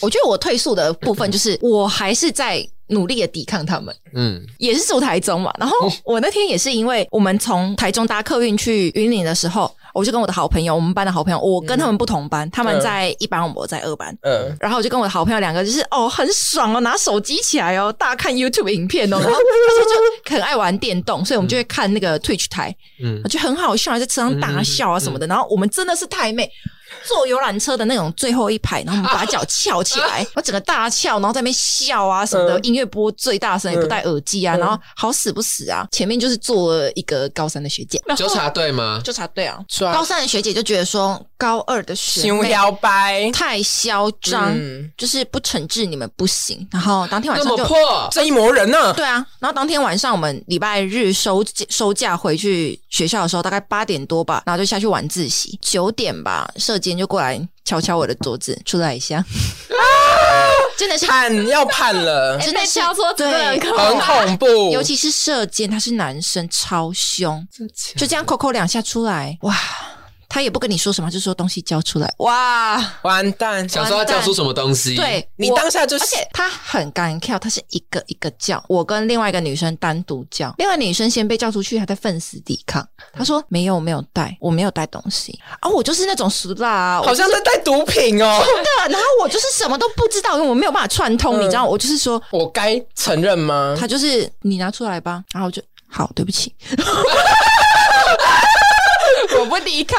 我觉得我退宿的部分就是，我还是在努力的抵抗他们。
嗯，
也是住台中嘛，然后我那天也是因为我们从台中搭客运去云林的时候，我就跟我的好朋友，我们班的好朋友，我跟他们不同班，他们在一班，我在二班，
嗯，
然后我就跟我的好朋友两个就是哦，很爽哦，拿手机起来哦，大看 YouTube 影片哦，然后而且就很爱玩电动，所以我们就会看那个 Twitch 台，
嗯
嗯，就很好笑，在车上大笑啊什么的。然后我们真的是太妹，坐游览车的那种最后一排，然后我们把脚翘起来，我整个大翘，然后在那边笑啊什么的，
嗯
音乐播最大声，也不戴耳机啊，
嗯
然后好死不死啊，前面就是坐了一个高三的学姐，然后
纠察队吗？
纠察队啊，
抓
高三的学姐就觉得说高二的学
胸
妹
摇摆，
太嚣张，
嗯
就是不惩治你们不行。然后当天晚
那
上
么
就
破，
这一魔人呢、
对啊，然后当天晚上我们礼拜日收假收假回去学校的时候，大概八点多吧，然后就下去晚自习，九点吧，社监就过来敲敲我的桌子，出来 一下，真的是
判要判 了，
真的
哎被
是
敲桌子真的很
对
可
很恐怖，
尤其是
啊
射箭，他是男生，超凶，就这样扣扣两下出来，哇，他也不跟你说什么，就说东西交出来。哇，
完蛋，
想说要叫出什么东西？
对
你
我
当下就
而且他很敢跳，他是一个一个叫，我跟另外一个女生单独叫，另外女生先被叫出去，还在奋死抵抗。
嗯
他说没有，我没有带，我没有带东西啊，我就是那种俗辣啊，我
好像在带毒品哦。
的，然后我就是什么都不知道，因为我没有办法串
嗯
通，你知道，我就是说，
我该承认吗？
他就是你拿出来吧，然后我就好，对不起，
我不离开，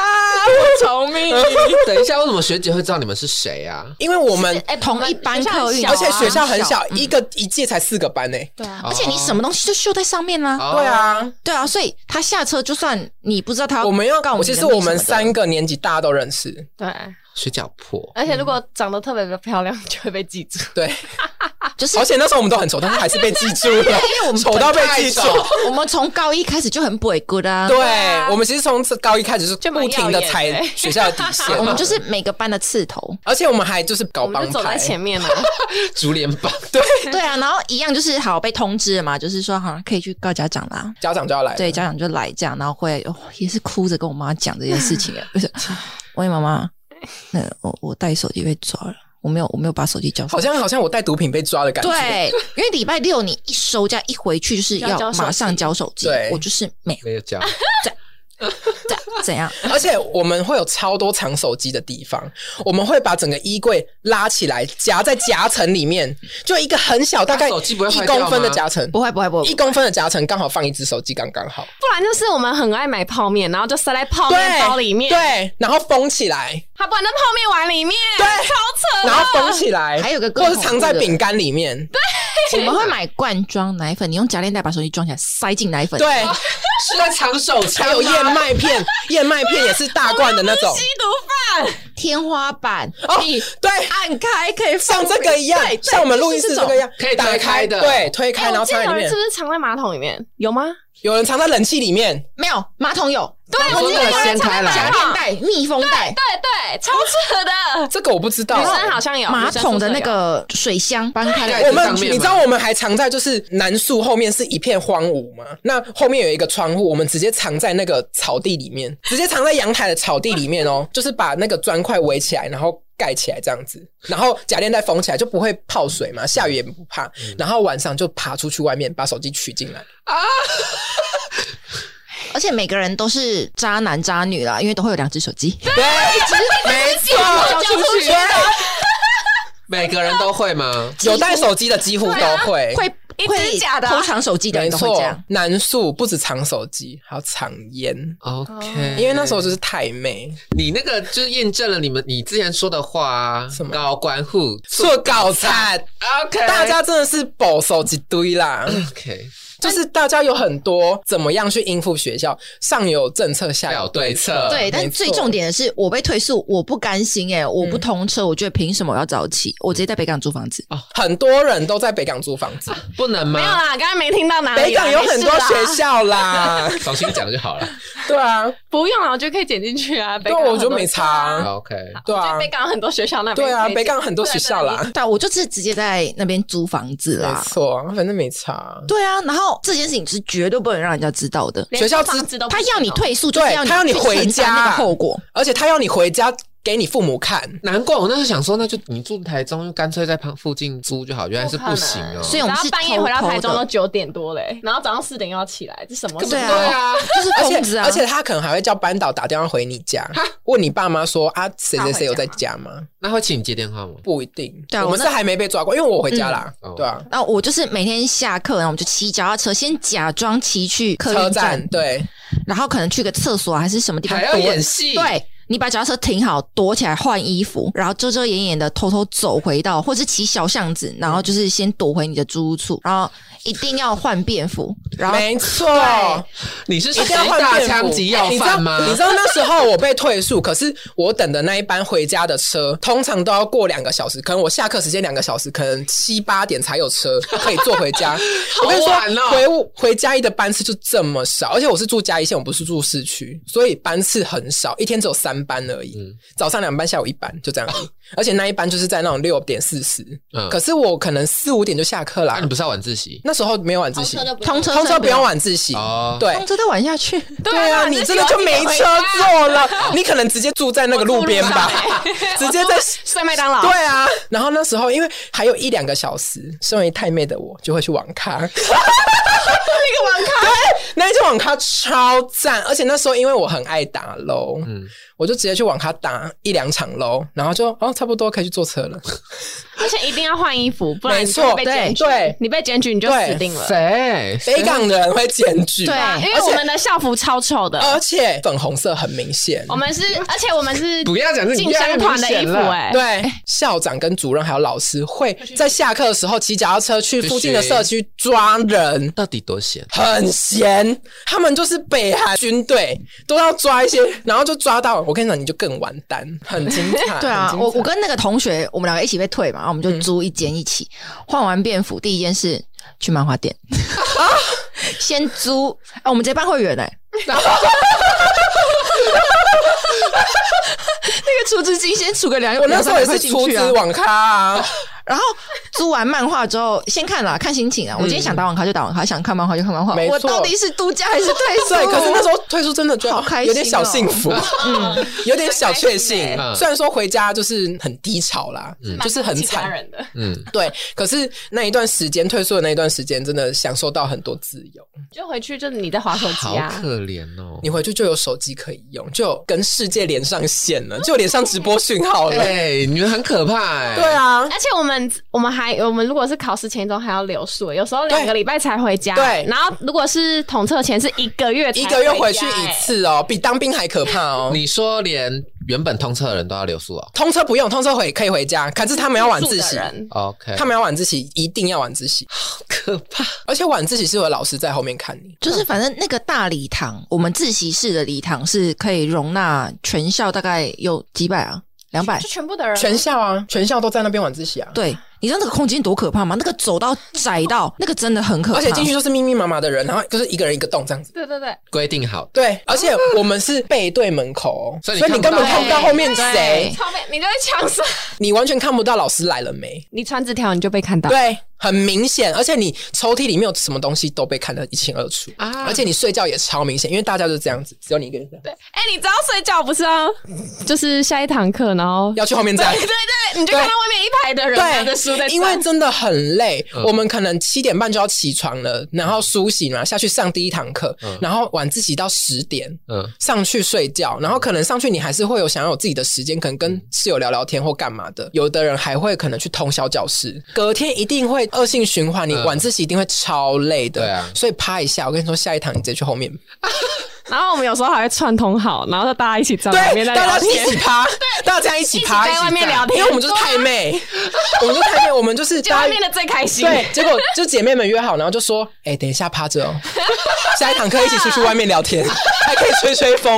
我逃命。
等一下，为什么学姐会知道你们是谁啊？
因为我们，
哎，同一班客运，
小啊
而且学校很小，
嗯
一个一届才四个班呢。
对啊，
而且你什么东西就秀在上面啦、
哦
对，啊，
对啊，所以他下车就算你不知道他要
我们要
哦告你
其
的
实
密
我们
什么的
三个年级大家都认识。
对，
学姐好破，
而且如果长得特别的漂亮，就会被记住。
对，
啊就是
而且那时候我们都很丑，但是还是被记 住了，
因为我们
丑到被记住
太。丑
我们从高一开始就很不为过的啊。
对，我们其实从高一开始是
就蛮
不停的
耀眼
踩
的
学校的底线，
欸 我 们就是每个班的刺头，
而且我们还就是搞
我们
哦帮
就走在
派，
前面了，啊
竹联 帮。
对啊，然后一样就是好被通知了嘛，就是说好可以去告家长啦，
家长就要来了。
对，家长就来这样，然后会、哦、也是哭着跟我妈讲这件 事情，就是喂妈妈，那个我我带手机被抓了，我没有我没有把手机交出
好
来。
像好像我带毒品被抓的感觉。
对，因为礼拜六你一收假一回去就是
要交
要
手机
马上交手机
对，
我就是没有
没有教，
在 怎样，
而且我们会有超多藏手机的地方，我们会把整个衣柜拉起来，夹在夹层里面，就一个很小，大概
手机不会
一
坏掉吗
公分的夹层，
不会不会不
一
会，
公分的夹层刚好放一只手机，刚刚好。
不然就是我们很爱买泡面，然后就塞在泡面包里
对
面，啊
对，然后封起来，
它不然在泡面碗里面，
对
超扯的。
然后封起来，
啊还有个更
或者
恐怖
藏在
的
饼干里面。
我们会买罐装奶粉，你用夹链袋把手机装起来塞进奶粉，
对，
啊是在藏手
还有燕麦片，燕麦片也是大罐的那种。
天花板
哦
你，
对，
按开可以
像
放
这个一样
对，对
像我们录音
就是
室这
这种
个一样，
可以推
打
开
开
的
对，推开
哎
然后
我记
藏
得
在里
有人
面
是。不是藏在马桶里面？有吗？
有人藏在冷气里面，
没有马桶有，对
我记得有人掀开来
夹链袋、密封袋。
哦对对，超扯的。
这个我不知道。
女生好像有
马桶的那。
女生宿舍有
个水箱搬开
盖
我
来，
子
们
上面
你
吗
知道我们还藏在就是南树后面是一片荒芜嘛？那后面有一个窗户，我们直接藏在那个草地里 面，直接藏在阳台的草地里面哦，就是把那个砖块围起来，然后盖起来这样子，然后假链带缝起来就不会泡水嘛，下雨也不怕。
嗯
然后晚上就爬出去外面把手机取进来，
而且每个人都是渣男渣女啦，因为都会有两只手机。
对，没 错，
交出去
每个人都会吗？
对 有带手机的几乎都哎会，
会
一
会
只假的啊
偷藏手机的
没
人都会这
错
样。。
南树不止藏手机，还要藏烟。
OK，
哦因为那时候就是太妹，
你那个就是验证了你们你之前说的话啊
什么，
高官户
做搞惨，
OK，
大家真的是保守一堆啦，
嗯 OK，
就是大家有很多怎么样去应付学校，上有政策，下
要
有
有
对
对
策。
策，
对，但
没
最
错
重点的是，我被退宿，我不甘心
嗯
哎、我不通车，我觉得凭什么我要早起？我直接在北港租房子，
很多人都在北港租房子，
不能
没有
吗？
啦，刚刚没听到哪里啦。啊
北港有很多
没事啦
学，校啦。
重新讲就好了。
对啊，
不用啊，我就可以剪进去啊。北
对，
港
我
很
觉得
多
没差啊。
OK，
对
我觉
啊
得，北港有很多学校那边
对啊，
可以剪
北港很多学校啦，
对啊，我就是直接在那边租房子
没
啦。
错，反正没差。
对啊，然后这件事情是绝对不能让人家知道的。
连
学校
房
资
子都不
他
行
要你
哦
退宿，就是
对
要
他要你
去
回
承担
家
那
啊
个后果。
而且他要你回家给你父母看，
难怪我那时候想说，那就你住台中，就干脆在旁附近租就好，原来是不行哦。
所以
然
我们
后
是
半夜回到
偷偷
台中
的
都九点多嘞、然后早上四点又要起来，这什么？
对啊
对啊，
就是
而
疯子
且
啊！
而且他可能还会叫班导打电话回你家，问你爸妈说啊谁谁谁有
他
在
回
家吗？
那会请你接电话吗？
不一定，
对啊
我们
我那
是还没被抓过，因为我回家啦
嗯，
对啊，
那我就是每天下课，然后我们就骑脚踏车，先假装骑去客
车
运
站
站，
对，
然后可能去个厕所还是什么地方
还要
躲
演戏
对。你把脚踏车停好，躲起来换衣服，然后遮遮掩掩的偷偷走回到，或是骑小巷子，然后就是先躲回你的租屋处，然后一定要换便服，然后
嗯没错，
你是
一定要
谁
换
大
便服
枪级要
你知道
饭吗？
你知道那时候我被退宿，可是我等的那一班回家的车，通常都要过两个小时，可能我下课时间两个小时，可能七八点才有车可以坐回家。我跟你
好晚哦
说，回回嘉义的班次就这么少，而且我是住嘉义县，我不是住
嗯
市区，所以班次很少，一天只有三班而已，早上两班，下午一班，就这样而已。而且那一班就是在那种六点四十，
嗯
可是我可能四五点就下课
啊，
啦
你。不是要晚自习？
那时候没有晚自习，
通车
通车不用
晚，
晚自习
哦，
对。
通车再晚下去，
对啊，你真的就没车坐了，你可能直接住在那个路边吧， 直接在
睡麦当劳。
对啊，然后那时候因为还有一两个小时，身为太妹的我就会去网 咖。那个网 咖，那一间网咖超赞，而且那时候因为我很爱打 LO，嗯，我就直接去网咖打一两场 LO，然后就哦差不多可以去坐车了。
而且一定要换衣服，不然你
没
就
错
会被检举。
对
你被检举你就
对
死定了。
谁？
北港的人会检举，
对
啊因为
而且呃
我们的校服超丑的，
而且粉红色很明显。
我们是，而且我们是
不要讲这
进香团的衣服，哎，
对，校长跟主任还有老师会在下课的时候骑脚踏车去附近的社区抓人，
到底多闲？
很闲，他们就是北韩军队，都要抓一些，然后就抓到，我跟你讲，你就更完蛋，很精彩。
对啊
很，精彩嗯
我我跟那个同学，我们两个一起被退嘛，然后我们就租一间一起。换、完便服，第一件事去 漫画店，先租。啊，我们直接办会员哎、那个储值金先储个两，
我那时候也是
出
出资网咖 啊，
然后租完漫画之后，先看啦，看心情啊。我今天想打网咖就打网咖，想看漫画就看漫画。
没错
我到底是度假还是 退租？
对，可是那时候退出真的就
好开心哦
有点小幸 福，嗯，有点小确幸
开心欸。
虽然说回家就是很低潮啦，
嗯
就是很
其他
惨，
人的。
嗯，
对。可是那一段时间退宿的那一段时间，真的享受到很多自由。
就回去就是你在划手
好
机啊，
可怜哦
你。回去就有手机可以用，就有跟世界连上线了，就有连上直播讯号了。
哎，你们很可怕哎。
对，啊，
而且我们我们还我们如果是考试前一周还要留宿，有时候两个礼拜才回家。
对
然后如果是统测前是一个月才
一个月
回
回
家
去一
哎
次哦，比当兵还可怕哦。
你说连原本通车的人都要留宿哦。
通车不用，通车回可以回家，可是他们要晚自
哎住
习
的，人
OK，
他们要晚自习，一定要晚自习，
可怕。
而且晚自习是有老师在后面看你。
就是反正那个大礼堂，我们自习室的礼堂是可以容纳全校大概有几百啊，两百
就。全部的人
全校啊，全校都在那边晚自习啊，
对，你知道那个空间多可怕吗？那个走到窄到，那个真的很可怕。
而且进去就是密密麻麻的人，然后就是一个人一个洞这样子。
对对对，
规定好，
对，而且我们是背对门口哦，
所
所
以
以
你
你根本看不到后面
对
谁，
超美，你就会 抢手。
你完全看不到老师来了没。
你传纸条你就被看到，
对，很明显，而且你抽屉里面有什么东西都被看得一清二楚
啊
啊！而且你睡觉也超明显，因为大家都这样子，只有你一个人这样
对，哎、你只要睡觉不是要，就是下一堂课，然后
要去后面站
对。对对，你就看到外面一排的人拿着书
对，
在站
因为真的很累，我们可能七点半就要起床了，然后梳洗嘛，下去上第一堂课，然后晚自习到十点。
嗯，
上去睡觉，然后可能上去你还是会有想要有自己的时间，可能跟室友聊聊天或干嘛的。有的人还会可能去通宵教室，隔天一定会恶性循环，你
嗯
晚自习一定会超累的。
对啊
所以趴一下，我跟你说，下一堂你直接去后面，
然后我们有时候还会串通好，然后大家一起站外面
对，
在
大
聊
家一
天
起。趴，大家一起趴，
一起在外面聊天
因为我们就是太妹， 我们就是太妹，我们就是
就
大家
外面的最开心，
对，结果就姐妹们约好，然后就说：“哎、等一下趴 着哦，下一堂课一起出去外面聊天，还可以吹吹风。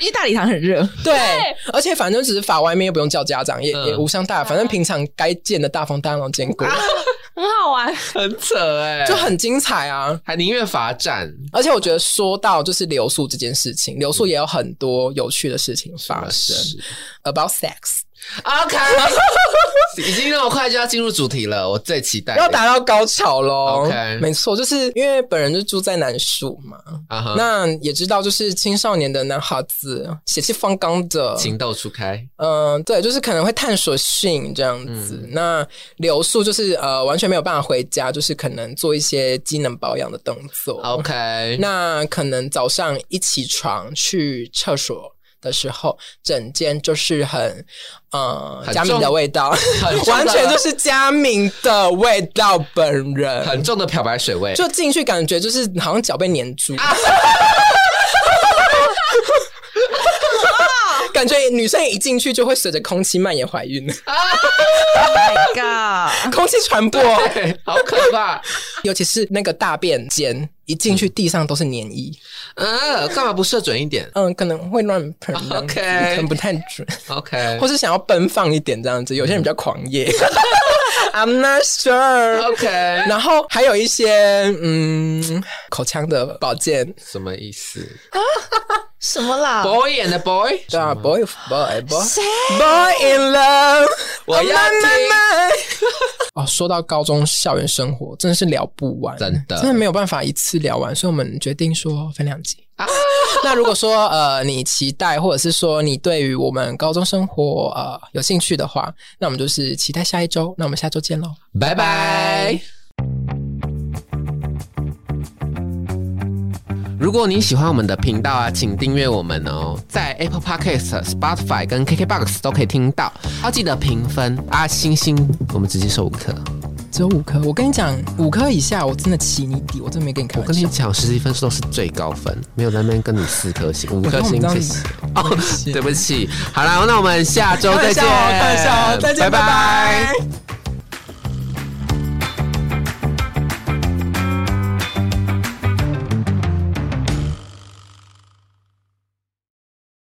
因为大礼堂很热，”
对，而且反正只是法外面又不用叫家长，也、
嗯啊
也无伤大雅，反正平常该见的大风大浪都见过，
很好玩。
很扯哎，
就很精彩啊。
还宁愿罚站，
而且我觉得说到就是留宿这件事情，留宿
嗯
也有很多有趣的事情发生。About sex，
OK，已经那么快就要进入主题了，我最期待
要达到高潮喽。
哎 OK
没错，就是因为本人就住在南树嘛，
啊哈，
那也知道就是青少年的男孩子血气方刚的，
情窦初开，
嗯、对，就是可能会探索性这样子。
嗯
那留宿就是呃完全没有办法回家，就是可能做一些机能保养的动作。
OK，
那可能早上一起床去厕所。的时候，整间就是很，呃，
很
佳敏
重
的味道，
很重的
完全就是佳敏的味道本人，
很重的漂白水味，
就进去感觉就是好像脚被粘住， 感觉女生一进去就会随着空气蔓延怀孕，
嘎，
空气传播，
对，好可怕。
尤其是那个大便间一进去地上都是黏液，
嗯，干嘛不射准一点
嗯，可能会乱喷
OK
可能不太准，
？OK
或是想要奔放一点这样子，有些人比较狂野，I'm not sure。
OK，
然后还有一些嗯口腔的保健，
什么意思？
什么啦？
boy and a boy，
对啊，boy boy boy
谁
boy in love，啊
我要听。
哦，说到高中校园生活，真的是聊不完，
真的
真的没有办法一次聊完，所以我们决定说分两集。 那如果说呃你期待，或者是说你对于我们高中生活呃有兴趣的话，那我们就是期待下一周。那我们下周见喽。
拜拜。如果你喜欢我们的频道啊，请订阅我们哦，在 Apple Podcast、Spotify 跟 KKBox 都可以听到。要记得评分啊，星星，我们直接收五颗。
只有五颗，我跟你讲，五颗以下我真的起你底，我真的没跟你开
我
玩
跟你
笑。
讲，实习分数都是最高分，没有在那边跟你四颗星、五颗星，谢谢。
哦，
对不起，好啦，那我们下周再见，
开玩笑哦开玩笑哦再
拜
见拜拜